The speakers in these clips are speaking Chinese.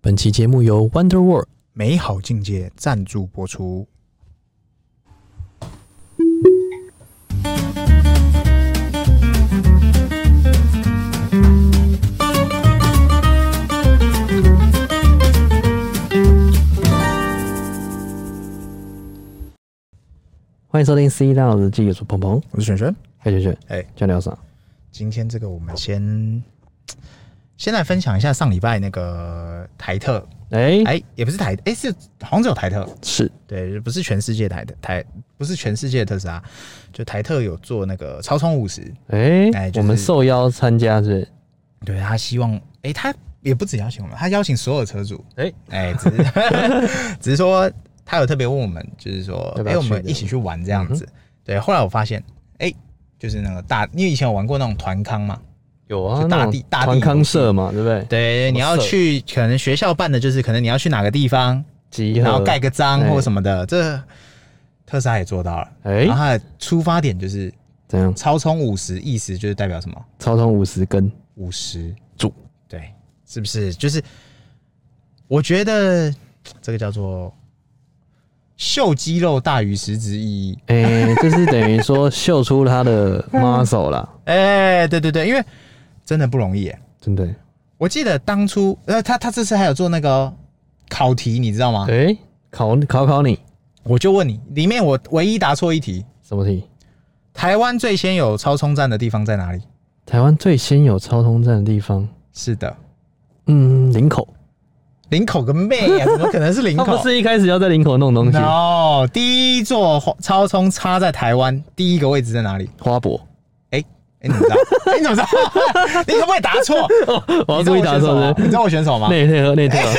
本期节目由 Wonder World 美好境界赞助播出。欢迎收听《C 大佬日记》，我是鹏鹏，我是璇璇，哎，轩轩，哎教你聊啥？今天这个我们先先来分享一下上礼拜那个台特，哎，哎、也不是台，哎、是好像只有台特，是对，不是全世界台特台，不是全世界的特斯拉，就台特有做那个超充五十，哎哎，就是我们受邀参加是不是？对他希望，哎、他也不只邀请我们，他邀请所有车主，哎，哎、只是 只是说他有特别问我们，就是说，要哎不、要我去们的嗯一起去玩这样子，对，后来我发现，哎、就是那个大，因为以前有玩过那种团康嘛，有啊，就大地那大种团地康游戏社嘛，对不对？对，你要社去可能学校办的，就是可能你要去哪个地方，集合，然后盖个章哎或什么的，这特斯拉也做到了。哎然后它的出发点就是怎样？超充五十，意思就是代表什么？超充五十根，五十住，对，是不是？就是我觉得这个叫做秀肌肉大于实质意义。哎，就是等于说秀出他 的 muscle 啦，哎、对对对，因为真的不容易耶。真的。我记得当初，呃，他他这次还有做那个哦考题，你知道吗？哎，考考考你我就问你，里面我唯一答错一题，什么题？台湾最先有超充站的地方在哪里？台湾最先有超充站的地方，是的，嗯，林口。林口个妹呀、怎么可能是林 他不口？是一开始要在林口弄东西， no，第一座超充插在台湾，第一个位置在哪里？花博，哎、哎、你怎么知 道？哎你怎么知道？ 你可不可以答错？哦我要你知道故意我打选手错吗是不你是知道我选手吗？内 特和内特啊，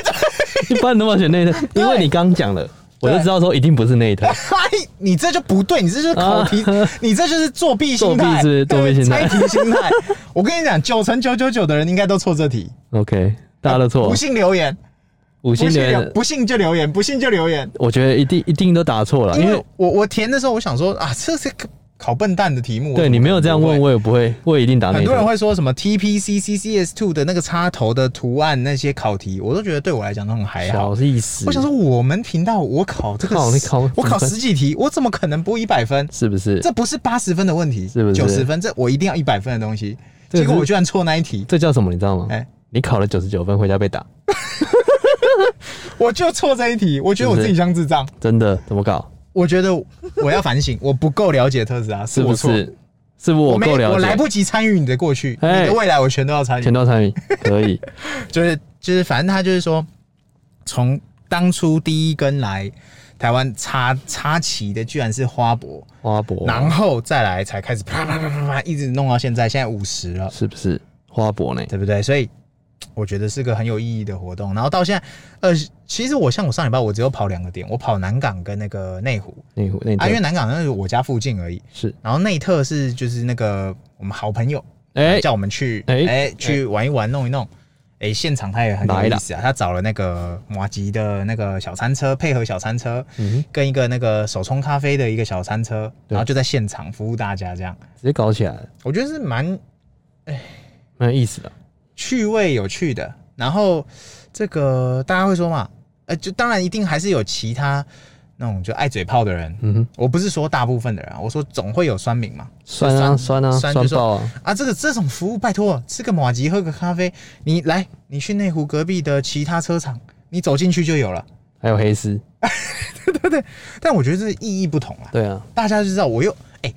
一般都要选内特，因为你刚讲了，我就知道说一定不是内特，嗨，哎你这就不对，你这就是考题，你这就是作弊心态，啊作弊是不是对作弊心态猜题心态。我跟你讲，九成九九九的人应该都错这题， OK，大家都错不，信留言，五不星信留的，不信就留言，不信就留言。我觉得一定一定都答错啊了，因因为为我我填的时候，我想说啊，这是个考笨蛋的题目。我对怎么你没有这样问，会。我也不会，我也一定答很内多人特。会说什么 TPC CCS Two 的那个插头的图案那些考题，我都觉得对我来讲都很还好。小意思，哎我想说，我们频道我考这个靠十，你考我考几分十几题，我怎么可能不一百分？是不是？这不是八十分的问题，是不是九十分？这我一定要一百分的东西。这个结是果我居然错那一题，这叫什么？你知道吗？哎你考了九十九分，回家被打，我就错这一题，我觉得我是不是自己像智障。真的怎么搞？我觉得我要反省，我不够了解特斯拉，是是我不错。是？是不是我没够了我来解？不及参与你的过去，你哎的未来我全都要参与全。都 参与，可以。就是就是，反正他就是说，从当初第一根来台湾插插旗的，居然是花博，花博然后再来才开始啪啪啪啪啪，一直弄到现在，现在五十了，是不是？花博呢？对不对？所以我觉得是个很有意义的活动。然后到现在，呃，其实我像我上礼拜我只有跑两个点，我跑南港跟那个内湖，内湖内啊，因为特南港那是我家附近而已。是然后内特是就是那个我们好朋友，哎叫我们去哎、哎去玩一玩弄一弄。哎、现场他也很有意思啊，他找了那个马吉的那个小餐车，配合小餐车，嗯哼跟一个那个手冲咖啡的一个小餐车，对然后就在现场服务大家这样，直接搞起来了，我觉得是蛮蛮有意思的。趣味有趣的。然后这个大家会说嘛，呃，就当然一定还是有其他那种就爱嘴炮的人，嗯哼，我不是说大部分的人啊，我说总会有酸民嘛，酸啊酸啊酸酸就是爆啊！啊，这个这种服务，拜托，吃个马吉，喝个咖啡，你来，你去内湖隔壁的其他车厂，你走进去就有了。还有黑丝，但我觉得这意义不同啊，对啊，大家就知道我又哎、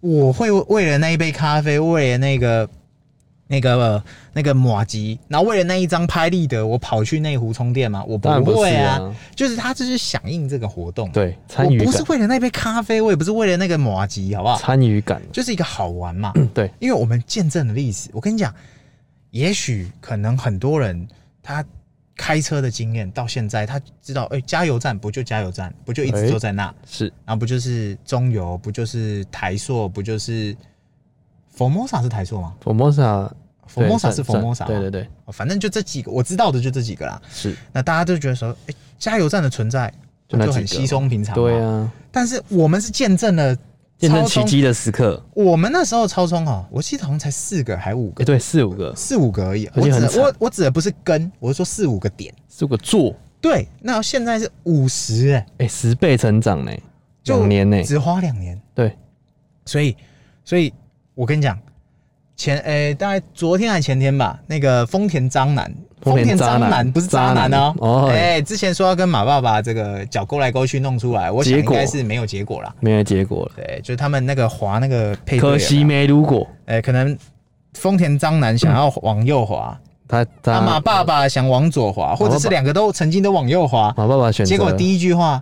我会为了那一杯咖啡，为了那个那个呃那个马吉，然后为了那一张拍立得，我跑去内湖充电吗？我不当然不会是啊，啊，就是他这是响应这个活动，，对，我参与不是感，为了那杯咖啡，我也不是为了那个马吉，好不好？参与感，就是一个好玩嘛。嗯对，因为我们见证了历史。我跟你讲，也许可能很多人他开车的经验到现在，他知道，哎、加油站不就加油站，不就一哎直都在那，是然后不就是中油，不就是台塑，不就是 Formosa 是台塑吗 Formosa，对算？Formosa 是算 Formosa，对对对，哦反正就这几个我知道的就这几个啦。是，那大家都觉得说，哎、加油站的存在就那几个很稀松平常，对。啊，但是我们是见证了见证奇迹的时刻。我们那时候超充哦哈，我记得好像才四个还五哎、个，对，四五个，四五个而已。而我且指很的惨我我指的不是根，我是说四五个点。四五个座，对，那现在是五十哎，哎、十倍成长呢、就两年呢、只花两年。对，所以，所以我跟你讲，前诶、大概昨天还前天吧，那个丰田章男，丰丰田田渣男章男不是渣男哦，渣男哦哎、之前说要跟马爸爸这个脚勾来勾去弄出来，我想结应果该是没有结果啦。没有结果了，对，就是他们那个滑那个配对啊有没可有，惜没如果。哎、可能丰田章男想要往右滑，他那、他马爸爸想往左滑，或者是两个都曾经都往右滑，马爸爸选择，结果第一句话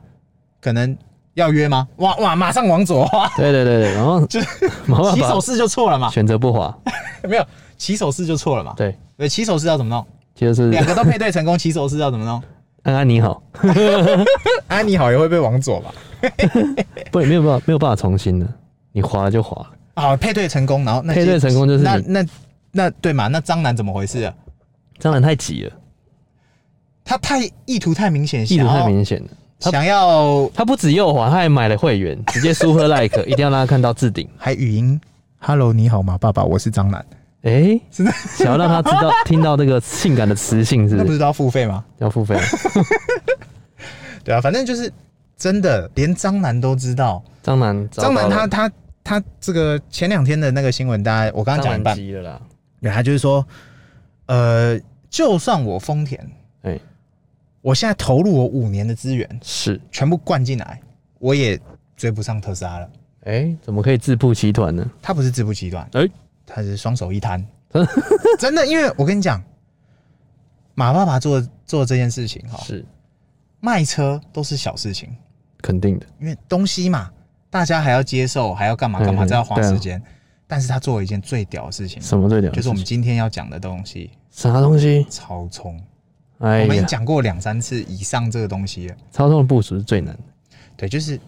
可能要约吗？哇哇，马上往左 滑，对对对对，然后就是马爸起手爸式就错了嘛。选择不滑，没有起手式就错了嘛？对，对，起手式要怎么弄？就是两个都配对成功，起手式要怎么弄？ 安安你好，安啊妮好也会被往左吧？不没有办法没有办法重新的，你滑了就滑了，啊，配对成功，然后那配对成功就是那你那那对嘛？那张楠怎么回事啊？当然太急了，他太意图太明显，意图想要太明显了。他想要他不止右滑，他还买了会员，直接 super like，一定要让他看到置顶。还语音，Hello，你好吗，爸爸？我是张楠，哎、真的？想要让他 知道听到这个性感的磁性，是那不不是是都要付费吗？要付费？对啊，反正就是真的，连张楠都知道。张楠，张楠他他他这个前两天的那个新闻，大家我刚刚讲一张楠半，急了啦。对，他就是说，呃，就算我丰田，哎、我现在投入我五年的资源，是，全部灌进来，我也追不上特斯拉了。哎、怎么可以自曝其团呢？他不是自不其短，哎、他是双手一摊， 真的。因为我跟你讲，马爸爸做做这件事情哈，是卖车都是小事情，肯定的，因为东西嘛，大家还要接受，还要干嘛干嘛，嗯这要花对啊时间。但是他做了一件最屌的事情，什么最屌？就是我们今天要讲的东西啥东西——超充。哎我们已经呀，讲过两三次以上这个东西了。操纵的部署是最难的。对，就是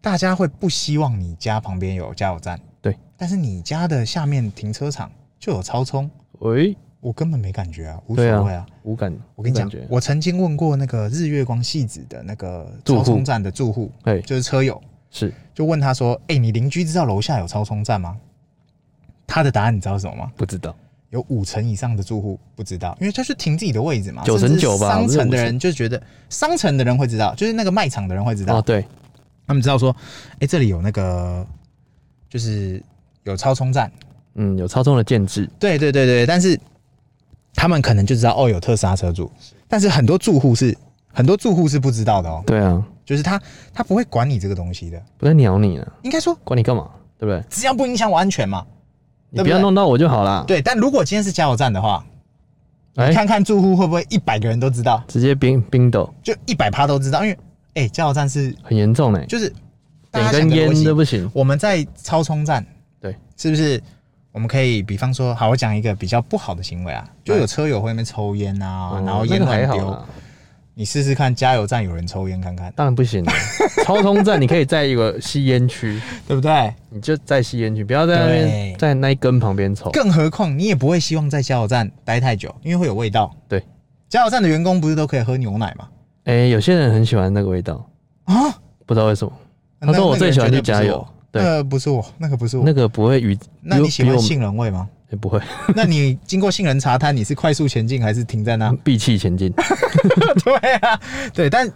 大家会不希望你家旁边有加油站，对，但是你家的下面停车场就有超充，喂，我根本没感觉啊，无所对啊谓啊。无感。我跟你讲无感，觉我曾经问过那个日月光戏子的那个住户超充站的住户，哎，就是车友，是就问他说：“哎、你邻居知道楼下有超充站吗？”他的答案你知道是什么吗？不知道，有五成以上的住户不知道，因为他是停自己的位置嘛，九成九吧甚至商城的我人就觉得，商城的人会知道，就是那个卖场的人会知道哦，。对，他们知道说，哎、这里有那个，就是有超充站，嗯，有操纵的建制，对对对对，但是他们可能就知道哦，有特斯拉车主，但是很多住户是很多住户是不知道的哦，对啊，就是他他不会管你这个东西的，不太鸟你呢，应该说管你干嘛？对不对？只要不影响我安全嘛，你对不不要对弄到我就好啦。对，但如果今天是加油站的话，哎，看看住户会不会一百个人都知道，直接冰冰斗，就一百趴都知道，因为哎、诶加油站是很严重呢，就是大点家想根的逻烟辑都不行。我们在超充站，对，是不是？我们可以比方说，好，我讲一个比较不好的行为啊，就有车友会在那边抽烟啊，哎哦然后那烟个还乱好丢。啦，你试试看，加油站有人抽烟看看，当然不 行了。超充站你可以在一个吸烟区，对不对？你就在吸烟区，不要在那边对在那一根旁边抽。更何况你也不会希望在加油站待太久，因为会有味道。对，加油站的员工不是都可以喝牛奶吗？哎、有些人很喜欢那个味道，啊，不知道为什么。他那说我最喜欢去加，油，那对，个人绝不是我那个不是我，那那个不是个不我。会与那比你我喜比欢我们杏仁 味吗？哎不会，那你经过杏仁茶摊，你是快速前进还是停在那？闭气前进， 对啊，对，但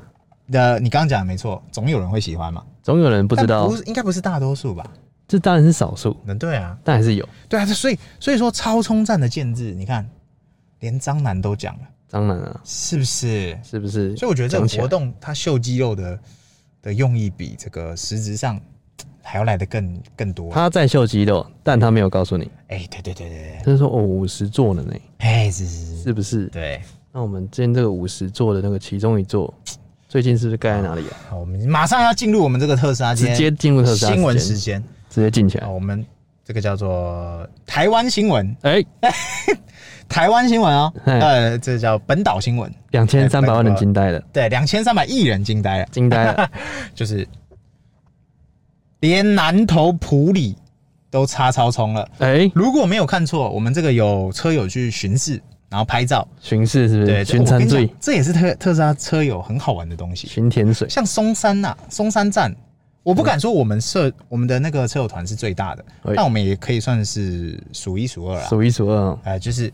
呃，你刚刚讲的没错，总有人会喜欢嘛。总有人不知但道不，是应该不是大多数吧？这当然是少数，嗯，对啊，但还是有。对啊，所以所以说超充站的建制，你看连张楠都讲了，当然啊，是不是？是不是？所以我觉得这个讲起来活动它秀肌肉的的用意比这个实质上嘖还要来的更更多。他在秀肌肉，但他没有告诉你，哎、对对对对对，他就说哦五十座了呢，哎、是是是，是不是？对，那我们今天这个五十座的那个其中一座，最近是不是盖在哪里啊？好，我们马上要进入我们这个特斯拉今直天接进入特斯拉哦新闻时时间，间直接进起啊，来。好我们这个叫做台湾新闻，哎，台湾新闻哦，哎呃，这叫本岛新闻，两千三百万人惊 呆了，对，两千三百亿人惊呆了。惊呆了。就是连南投埔里都插超充了。哎，如果没有看错，我们这个有车友去巡视，然后拍照，巡视是不是？对，巡我餐跟你醉讲，，这也是特特斯拉车友很好玩的东西。巡甜水。啊像松山呐、松山站，我不敢说我们社我们的那个车友团是最大的，哎但我们也可以算是数一数二啦。数一数二，呃，就是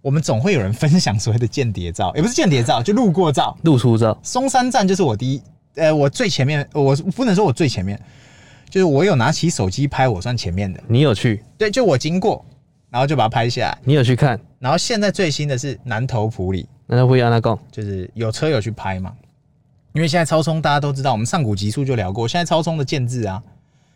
我们总会有人分享所谓的间谍照，也不是间谍照，就路过照。露出照，松山站就是我第一，呃，我最前面，我不能说我最前面，就是我有拿起手机拍，我算前面的。你有去，对，就我经过，然后就把它拍下来。你有去看，然后现在最新的是南投埔里，那他会让他讲，就是有车友去拍嘛。因为现在超充大家都知道，我们上古集数就聊过，现在超充的建制啊，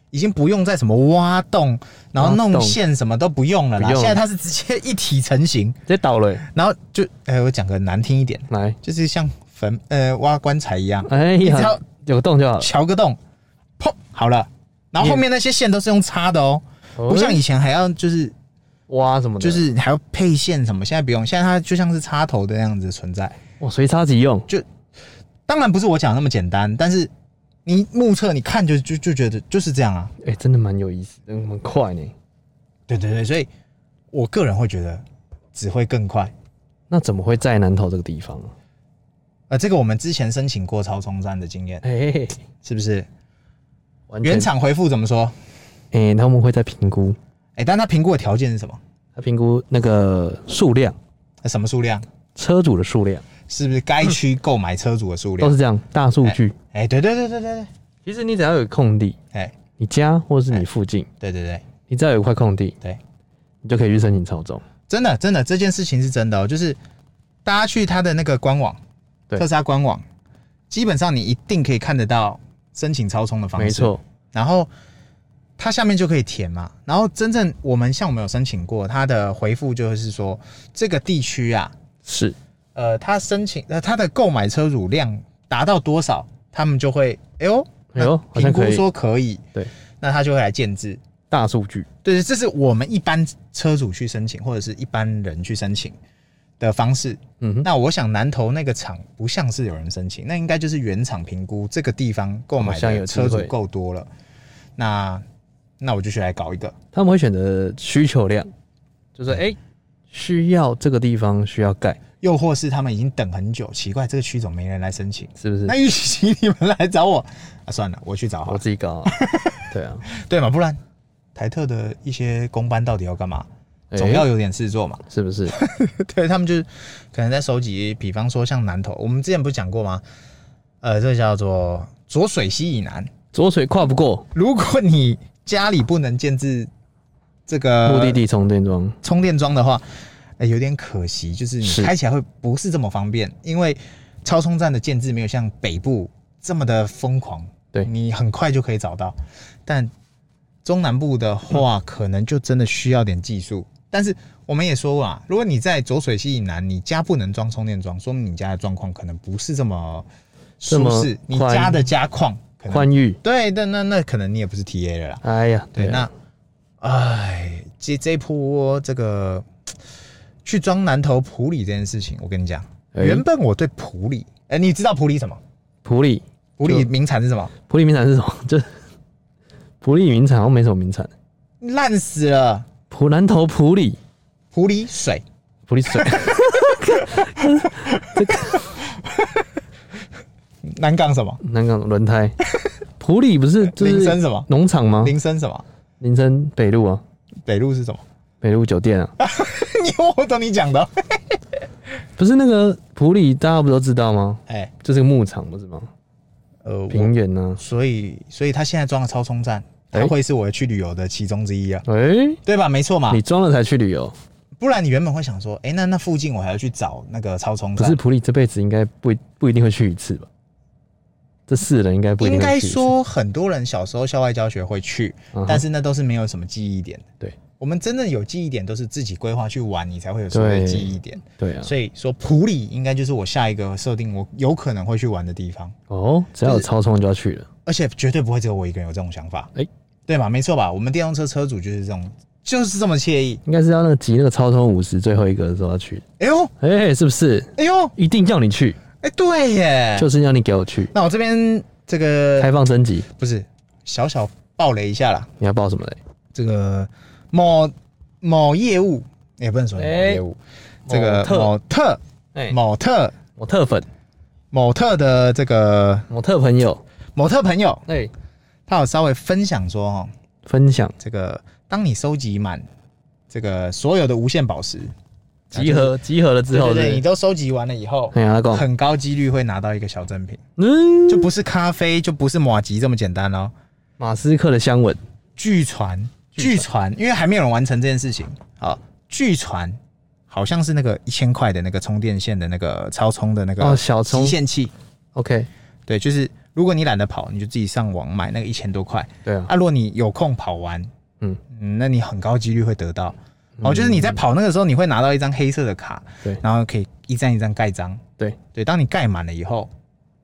已经不用再什么挖洞，然后挖弄洞线什么都不用了啦。不用现在它是直接一体成型，这倒了欸，然后就，哎、我讲个难听一点，来，就是像坟呃挖棺材一样，哎你只呀要，有个洞就好了，敲个洞，砰，好了。然后后面那些线都是用插的哦，嗯不像以前还要就是哎挖什么的，就是还要配线什么，现在不用，现在它就像是插头的那样子存在。哇，随插即用，当然不是我讲的那么简单，但是你目测你看就就就觉得就是这样啊。哎，真的蛮有意思的，蛮快呢。对对对，所以我个人会觉得只会更快。那怎么会在南头这个地方啊？呃，这个我们之前申请过超充站的经验，哎、嘿，是不是？完全原厂回复怎么说？哎、他们会在评估，哎，但他评估的条件是什么？他评估那个数量，呃什么数量？车主的数量是不是该区购买车主的数都量？是这样，大数据。哎，对对对对对对，其实你只要有空地，哎，你家或是你附近，对对对，你只要有一块空地，对，你就可以去申请超重。真的真的这件事情是真的哦，就是大家去他的那个官网，对特斯拉官网，基本上你一定可以看得到申请超充的方式。没错，然后它下面就可以填嘛。然后真正我们像我们有申请过，它的回复就是说这个地区啊，是呃，它申请呃它的购买车主量达到多少，他们就会哎呦，哎呦那好像评可估以说可以，对，那他就会来建制。大数据。对，这是我们一般车主去申请，或者是一般人去申请的方式。嗯哼，那我想南投那个厂不像是有人申请，那应该就是原厂评估这个地方购买好像的有机会车主够多了，那那我就去来搞一个。他们会选择需求量，就是哎、需要这个地方需要盖，又或是他们已经等很久，奇怪这个区总没人来申请，是不是那？与其你们来找我，啊算了，我去找好我了，自己搞 啊、对啊，对嘛？不然台特的一些公班到底要干嘛？哎总要有点事做嘛。是 不是？对他们就是可能在收集，比方说像南投，我们之前不是讲过吗？呃，这叫做浊水溪以南。左水跨不过，如果你家里不能建置这个目的地充电桩，充电桩的话，呃有点可惜，就是你是开起来会不是这么方便，因为超充站的建制没有像北部这么的疯狂，对你很快就可以找到，但中南部的话，嗯可能就真的需要点技术。但是我们也说过啊，如果你在浊水溪以南，你家不能装充电桩，说明你家的状况可能不是这么这舒么适，你宽家的家况可能宽裕。对，那那那可能你也不是 TA 了啦。哎呀，对，啊那哎，这这一波这个去装南投普里这件事情，我跟你讲，哎原本我对普里，哎、你知道普里什么？普里普里名产是什么？普里名产是什么？ 就是普里名产好像没什么名产，烂死了！普南投普里普里水，普里 水南港什么？南港轮胎，普里不是就是林森什么农场吗？林森什么？林森北路啊，北路是什么？ 北路酒店啊，你我懂你 讲的。不是那个普里大家不都知道吗？哎、就是个牧场不是吗？呃，我平原啊呢、所以所以他现在装了超充站，它哎会是我去旅游的其中之一啊，啊？哎、对吧？没错嘛你，装了才去旅游，不然你原本会想说，哎、那那附近我还要去找那个超充不站是，普里这辈子应该不不一定会去一次吧？这世人应该不一应定该会去一次。说，很多人小时候校外教学会去，嗯哼但是那都是没有什么记忆点的。对我们真正有记忆点都是自己规划去玩，你才会有所谓的对记忆点。对啊，所以说，普里应该就是我下一个设定，我有可能会去玩的地方，哦，只要有超充就要去了。而且绝对不会只有我一个人有这种想法。哎对吧？没错吧？我们电动车车主就是这种，就是这么惬意。应该是要那个集那个超充五十最后一个的时候要去，哎呦，哎、是不是？哎呦，一定要你去，哎，对耶！就是要你给我去。那我这边这个开放征集，不是小小爆雷一下啦，你要报什么嘞？这个某某业务也不能说某哎业务，这个某特某特哎某特模特粉，某特的这个模特朋友，某特朋友，哎、啊他有稍微分享说哦，分享这个当你收集满这个所有的无限宝石集合集合了之后对对对，你是不是，都收集完了以后，哎呀，讲，很高几率会拿到一个小赠品，嗯，就不是咖啡，就不是马吉这么简单喽。马斯克的香吻，据传，据传，因为还没有人完成这件事情啊，据传好像是那个一千块的那个充电线的那个超充的那个哦小充充线器， ，OK，对，就是如果你懒得跑，你就自己上网买那个一千多块。对啊，啊，如果你有空跑完，嗯嗯，那你很高几率会得到。哦，就是你在跑那个时候，你会拿到一张黑色的卡，对然后可以一张一张盖章。对，对，当你盖满了以后，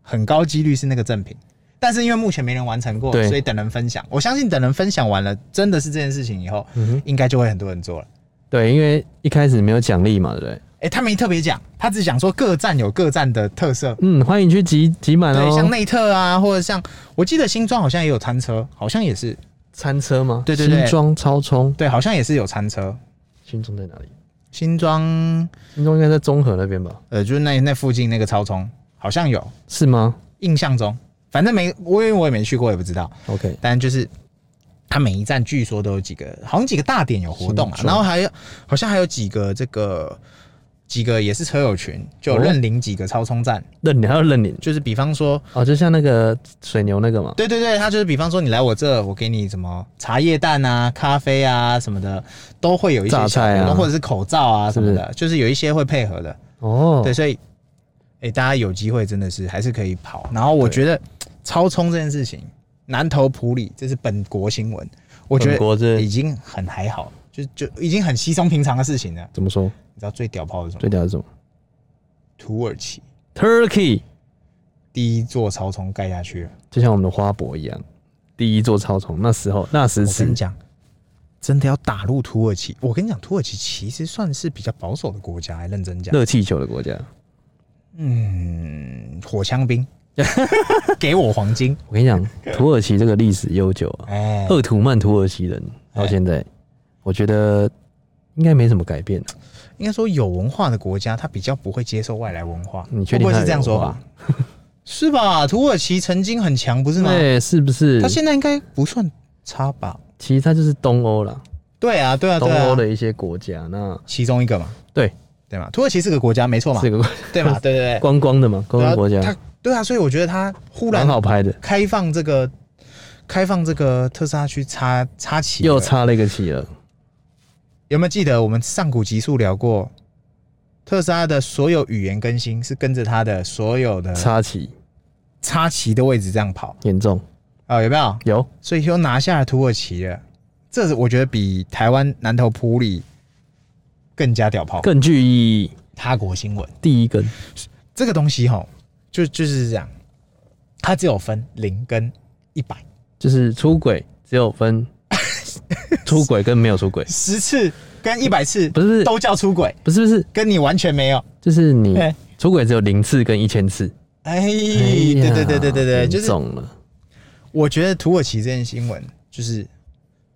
很高几率是那个赠品。但是因为目前没人完成过，对所以等人分享。我相信等人分享完了，真的是这件事情以后，嗯哼，应该就会很多人做了。对，因为一开始没有奖励嘛，对不对？哎、他没特别讲，他只讲说各站有各站的特色，嗯，欢迎去集集满对，像哦，内特啊，或者像我记得新庄好像也有餐车，好像也是，餐车吗？对对对新装超充，对，好像也是有餐车。新装在哪里？新庄新装应该在中和那边吧？呃，就是那那附近那个超充好像有，是吗印象中，反正没我因为我也没去过，也不知道。 ？OK，但就是它每一站据说都有几个，好像几个大点有活动啊，新然装后还有好像还有几个这个几个也是车友群，就有哦认领几个超充站，认领还要认领就是比方说，哦，就像那个水牛那个嘛，对对对，他就是比方说你来我这，我给你什么茶叶蛋啊、咖啡啊什么的，都会有一些榨小菜啊活动或者是口罩啊什么是的，就是有一些会配合的。哦，对，，所以，哎、大家有机会真的是还是可以跑。然后我对觉得超充这件事情，南投普里这是本国新闻，我觉本国得这已经很还好，就就已经很稀松平常的事情了。怎么说？你知道最屌炮的是什么？最屌的是什么土耳其？Turkey，第一座超充盖下去了。就像我们的花博一样，第一座超充，那时候那时我跟此你，讲，真的要打入土耳其，我跟你讲，土耳其其实算是比较保守的国家、哎认真讲，热气球的国家。嗯，火 枪兵，给我黄金，我跟 你讲，土耳其这个历史悠久啊，哎、鄂图曼土耳其人到现在，我觉得应该没什么改变。应该说有文化的国家，它比较不会接受外来文化。你确会定不会他是这样说法？？是吧？土耳其曾经很强，不是吗？对，是不是它？现在应该不算差吧？其实它就是东欧啦，对啊，对啊，东对欧啊，的一些国家，那其中一个嘛，对，对嘛？土耳其是个国家，没错嘛是，个对 嘛？对对对，观光的嘛，观光对啊国家它，对啊，所以我觉得它忽蛮然好拍的，开放这个开放这个特斯拉去插插旗了，又插了一个旗了。有没有记得我们上古集数聊过？特斯拉的所有语言更新是跟着它的所有的插旗插旗的位置这样跑严重啊、有没有？有，所以就拿下了土耳其了。这是我觉得比台湾南投普里更加屌炮。更具意义。他国新闻第一根这个东西哈，就就是这样，它只有分零跟一百，就是出轨，只有分 出轨跟没有出轨，十次跟一百次不是不是都叫出轨，不是不是，跟你完全没有。就是你哎出轨只有零次跟一千次。哎，哎对呀对对对对对，严就是重了。我觉得土耳其这件新闻就是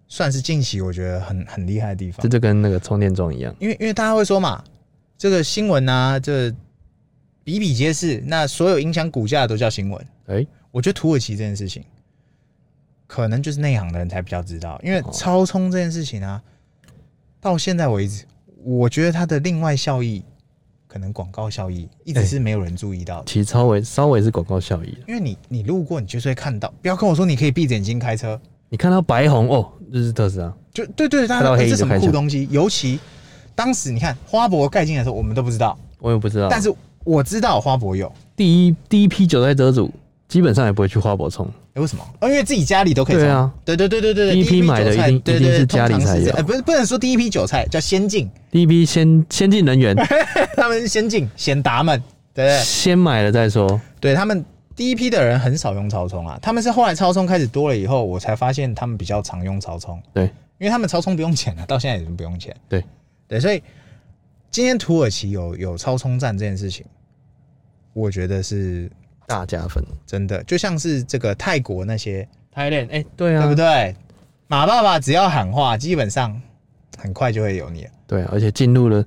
算是近期我觉得很很厉害的地方这。就跟那个充电桩一样，因为因为大家会说嘛，这个新闻啊，这比比皆是，那所有影响股价的都叫新闻。哎、我觉得土耳其这件事情，可能就是内行的人才比较知道，因为哦超充这件事情啊，到现在为止，我觉得它的另外效益，可能广告效益，一直是哎没有人注意到的。其实稍微稍微是广告效益。因为你你路过，你就是会看到，不要跟我说你可以闭着眼睛开车，你看到白红哦，就是特斯拉，就对对，大看家到说黑欸影这就什么开酷枪东西，尤其当时你看花博盖进来的时候，我们都不知道。我也不知道。但是我知道花博有，第一第一批九代车主基本上也不会去花博充，诶为什么？哦，因为自己家里都可以种。对啊，对对对对对第一批批买的韭菜一定对一定对是通家里常才是这有样哎，不是不能说第一批韭菜叫先进， 第一批先先进人员他们是先进显达们，对不对？先买了再说。对他们第一批的人很少用超充啊，他们是后来超充开始多了以后，我才发现他们比较常用超充，对，因为他们超充不用钱啊， 到现在也是不用钱。对对，所以今天土耳其有有超充站这件事情，我觉得是大加分。真的，就像是这个泰国那些。 Thailand，哎、对啊，对不对？马爸爸只要喊话，基本上很快就会有你了。对啊，而且进入了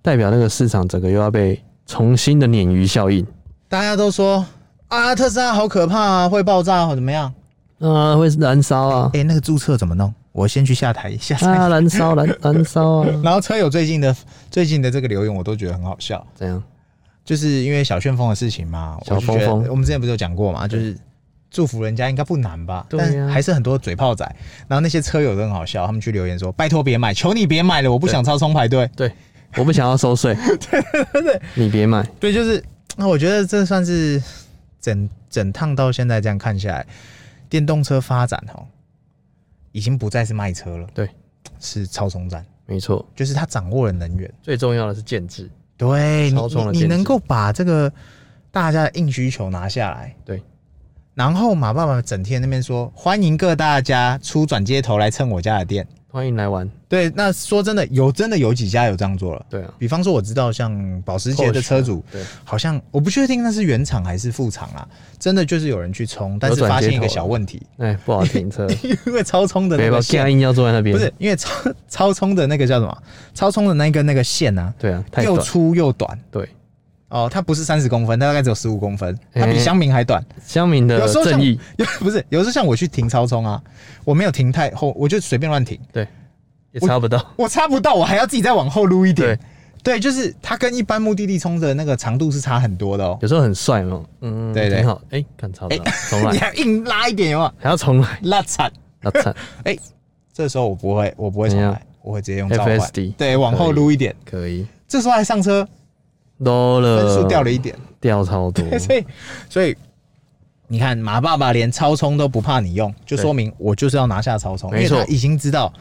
代表那个市场，整个又要被重新的鲶鱼效应。大家都说啊，特斯拉好可怕啊，会爆炸或怎么样？啊，会燃烧 啊，哎、那个注册怎么弄？我先去下台下载。啊，燃烧，燃燃烧啊，然后车友最近的最近的这个留言，我都觉得很好笑，怎样？就是因为小旋风的事情嘛。小我就觉得风风我们之前不是有讲过嘛，就是祝福人家应该不难吧？对啊但还是很多嘴炮仔。然后那些车友都很好笑，他们去留言说：“拜托别买，求你别买了，我不想超充排队。对，我不想要收 税，对对对，你别买，”对，就是那我觉得这算是整整趟到现在这样看下来，电动车发展哦，已经不再是卖车了，对，是超充站，没错，就是他掌握了能源。最重要的是建制，对你超重的你，你限能制够把这个大家的硬需求拿下来，对。然后马爸爸整天那边说欢迎各大家出转接头来蹭我家的店，欢迎来玩，对。那说真的，有真的有几家有这样做了，对啊，比方说我知道像保时啊捷的车主，对，好像我不确定那是原厂还是副厂啊，真的就是有人去冲，但是转发接现一头个了小问题，哎，不好停 车，因为超充的那别个把线架硬要坐在那边，不是，因为超超充的那个叫什么？超充的那个那个线啊，对啊，太又短，粗又短。对，哦，它不是三十公分，它大概只有十五公分，欸它比香民还短。 乡民的有时候像正义有不是，有时候像我去停超充啊，我没有停太后，我就随便乱停，也差不到，我插不到，我还要自己再往后撸一点对。，对，就是它跟一般目的地充的那个长度是差很多的哦。有时候很帅嘛，嗯，对对挺好，哎，看差不到，重你来，还硬拉一点有没有？还要重来，拉惨！啊 惨，这时候我不会，我不会重怎来样，我会直接用召唤 FSD。对，往后撸一点。可以，这时候还上车，多了，分数掉了一点。掉超多， 所以，所以你看，马爸爸连超充都不怕你用，就对说明我就是要拿下超充，因没为错他已经知道，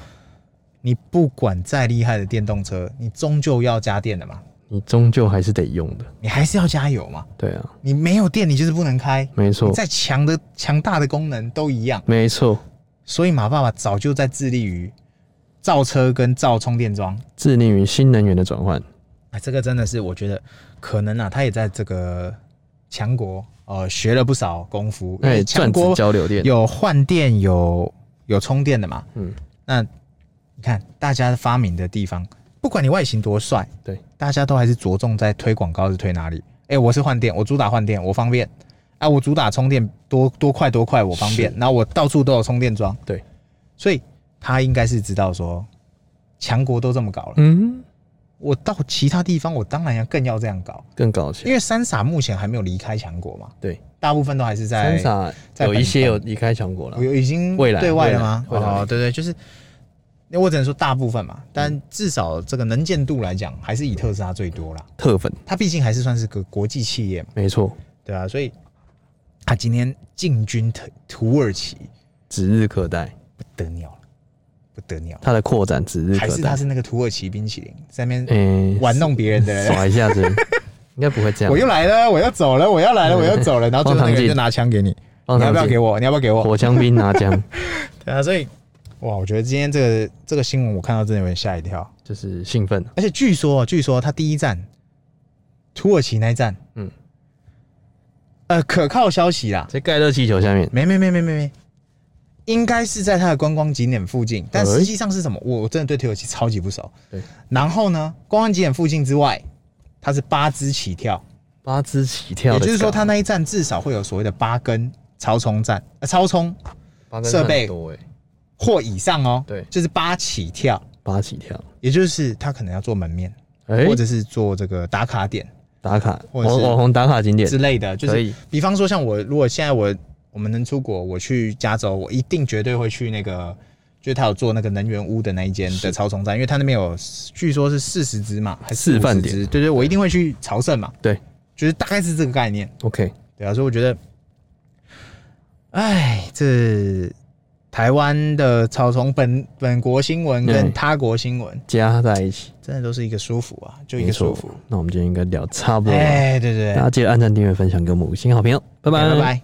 你不管再厉害的电动车，你终究要加电的嘛，你终究还是得用的，你还是要加油嘛，对啊，你没有电你就是不能开，没错你，再强的强大的功能都一样，没错，所以马爸爸早就在致力于造车跟造充电桩。致力于新能源的转换，哎，这个真的是我觉得可能啊，他也在这个强国呃学了不少功夫。因哎，为强转子国交流电，有换电，有有充电的嘛。嗯，那你看大家发明的地方，不管你外形多帅，对，大家都还是着重在推广告是推哪里。哎、我是换电，我主打换电，我方便。啊，我主打充电多多快多快，我方便。然后我到处都有充电桩，对，所以他应该是知道说，强国都这么搞了，嗯，我到其他地方我当然要更要这样搞，更搞笑因。为三傻目前还没有离开强国嘛，对，大部分都还是在三傻在有本一些本有离开强国了我，哦有已经未来对外了吗？未来未来嗯哦，对对，就是，我只能说大部分嘛，但至少这个能见度来讲，还是以特斯拉最多啦。特粉，它毕竟还是算是个国际企业嘛，没错，对啊，所以它今天进军土土耳其，指日可待，不得了了，不得了了，它的哎扩展指日还可是它待。是那个土耳其冰淇淋在那边诶，玩弄别人的人。 耍一 下子，应该不会这样我。又来了，我又走了，我要来了，我又走了，然后最荒后那个唐人剂就拿枪给你，放你要不要上去给我？你要不要给我？火枪兵拿枪， 对啊，所以哇，我觉得今天这个这个新闻我看到真的有点吓一跳。就是兴奋。而且据说，据说他第一站土耳其那一站，嗯，呃，可靠消息啦，在盖热气球下面，没没没没没没，应该是在他的观光景点附近，但哎实际上是什么？我我真的对土耳其超级不熟。对，然后呢，观光景点附近之外，它是八支起跳，八支起跳也的，就是说，它那一站至少会有所谓的八根超充站，呃，超充八根设备很多哎，或以上哦。对就是八起跳，八起跳，也就是他可能要做门面，哎或，者是做这个打卡点。打卡或网者是网红打卡景点之类的，就可是以比方说像我，如果现在我我们能出国，我去加州，我一定绝对会去那个，就是他有做那个能源屋的那一间的超充站，因为他那边有据说是四十只嘛，还是示范点50只对对，我一定会去朝圣嘛，对，就是大概是这个概念， ，OK，对啊，所以我觉得，哎，这台湾的超充本本国新闻跟嗯他国新闻，加在一起，真的都是一个舒服啊，就一没个舒错服，。那我们今天应该聊差不多了，哎，对对大对，家记得按赞、订阅、分享给我们五星好评哦，拜拜拜。